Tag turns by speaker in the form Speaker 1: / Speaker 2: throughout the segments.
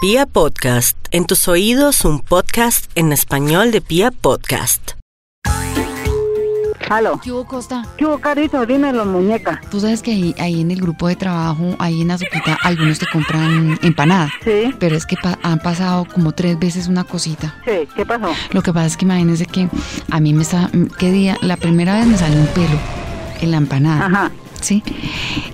Speaker 1: Pia Podcast, en tus oídos un podcast en español de Pia Podcast.
Speaker 2: Aló.
Speaker 3: ¿Qué hubo, Costa?
Speaker 2: ¿Qué hubo, Carito? Dímelo, muñeca.
Speaker 3: Tú sabes que ahí, ahí en el grupo de trabajo, ahí en Azuquita, algunos te compran empanada.
Speaker 2: Sí,
Speaker 3: Pero es que pa- han pasado como tres veces una cosita.
Speaker 2: sí. ¿Qué pasó?
Speaker 3: Lo que pasa es que imagínense que a mí me está... ¿Qué día? La primera vez me salió un pelo en la empanada.
Speaker 2: Ajá.
Speaker 3: Sí.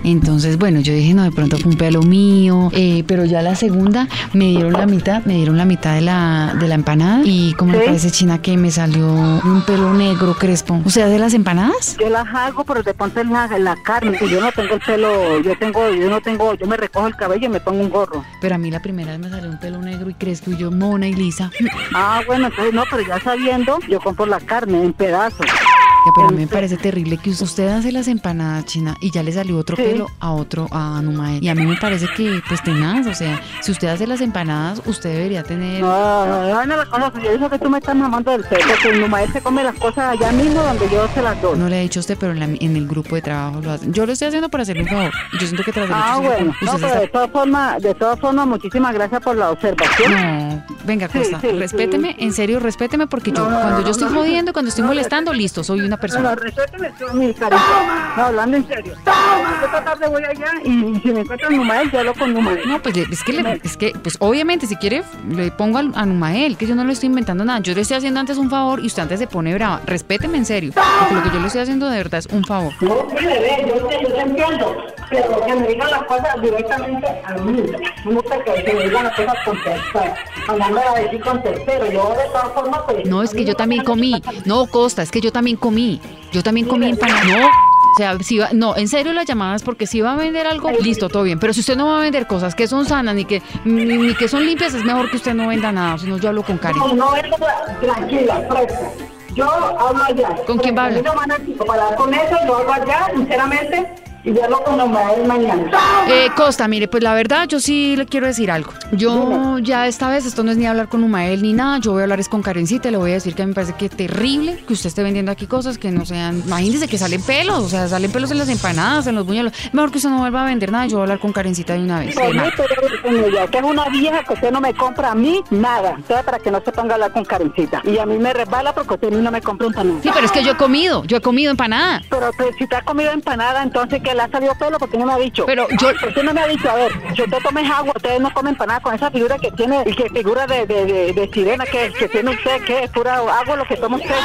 Speaker 3: Entonces, bueno, yo dije, no, de pronto fue un pelo mío, eh, pero ya la segunda me dieron la mitad, me dieron la mitad de la, de la empanada y como me
Speaker 2: Sí.
Speaker 3: parece china que me salió un pelo negro crespo. ¿Usted hace las empanadas?
Speaker 2: Yo las hago, pero te pones la, la carne. Y yo no tengo el pelo, yo tengo, yo no tengo, yo me recojo el cabello y me pongo un gorro.
Speaker 3: Pero a mí la primera vez me salió un pelo negro y crespo y yo mona y lisa. Ya,
Speaker 2: Ah, bueno, entonces no, pero ya sabiendo, yo compro la carne en pedazos.
Speaker 3: Pero a mí me parece terrible que us- usted hace las empanadas china y ya le salió otro
Speaker 2: Sí.
Speaker 3: pelo a otro a Numae. Y a mí me parece que pues tenaz, o sea, si usted hace las empanadas, usted debería tener...
Speaker 2: No, no, no la conozco. Yo digo que tú me estás mamando del pelo, que mi mamá se come las cosas allá mismo donde yo se las doy.
Speaker 3: No le he dicho a usted, pero en, la- en el grupo de trabajo lo hacen. Yo lo estoy haciendo para hacerle un favor. Yo siento que tras el
Speaker 2: Ah,
Speaker 3: hecho siempre-
Speaker 2: bueno. No, pero
Speaker 3: usted se está-
Speaker 2: de todas formas, de todas formas, muchísimas gracias por la observación.
Speaker 3: No, venga,
Speaker 2: Sí,
Speaker 3: Costa,
Speaker 2: sí, sí,
Speaker 3: respéteme,
Speaker 2: sí.
Speaker 3: en serio, respéteme, porque yo
Speaker 2: No, no,
Speaker 3: cuando
Speaker 2: no,
Speaker 3: yo estoy
Speaker 2: no, no.
Speaker 3: jodiendo, cuando estoy
Speaker 2: No,
Speaker 3: molestando, listo, soy una persona.
Speaker 2: No, respéteme tú, mi cariño. No, hablando en serio. Yo esta tarde voy allá y si me encuentro en Numael, yo hablo con Numael.
Speaker 3: No, pues es que, le- es que, pues obviamente, si quiere, le pongo al- a Numael, que yo no le estoy inventando nada. Yo le estoy haciendo antes un favor y usted antes se pone brava. Respéteme en serio, porque lo que yo le estoy haciendo de verdad es un favor.
Speaker 2: No, sí, bebé, yo te, yo te entiendo, pero que me digan las cosas directamente a mí. No gusta que, que me digan las cosas con tercero. Hablando a decir con tercero, yo de todas formas... Pues,
Speaker 3: No, es que yo también comí. No, Costa, es que yo también comí. Yo también comí
Speaker 2: Mira,
Speaker 3: empanadas. No, o sea, si va- no, en serio las llamadas, porque si va a vender algo, listo, todo bien. Pero si usted no va a vender cosas que son sanas ni que, ni, ni que son limpias, es mejor que usted no venda nada. Si no, yo hablo con Cari.
Speaker 2: No, no, eso, tranquila, fresca. Yo hablo allá.
Speaker 3: ¿Con quién va a hablar?
Speaker 2: Yo van a comparar con eso, yo hablo allá, sinceramente, y yo hablo con Numael mañana.
Speaker 3: Eh, Costa, mire, pues la verdad yo sí le quiero decir algo. Yo ya esta vez, esto no es ni hablar con Humael ni nada, yo voy a hablar es con Karencita, le voy a decir que me parece que terrible que usted esté vendiendo aquí cosas que no sean, imagínese que salen pelos, o sea, salen pelos en las empanadas, en los buñuelos. Mejor que usted no vuelva a vender nada, yo voy a hablar con Karencita de una vez. de nada.
Speaker 2: Bonito, yo con ella, que es una vieja que usted no me compra a mí nada. Entonces, para que no se ponga a hablar con Karencita. Y a mí me resbala porque usted a mí no me compra un panal.
Speaker 3: Sí, pero es que yo he comido, yo he comido empanada.
Speaker 2: Pero pues, si te ha comido empanada, entonces que le ha salido pelo, porque no me ha dicho?
Speaker 3: Pero yo-
Speaker 2: ¿Por qué no me ha dicho? A ver, si usted tome agua, ustedes no comen empanada con esa figura que tiene, y que figura de, de, de, de sirena que, que tiene usted, que es pura agua lo que toma usted.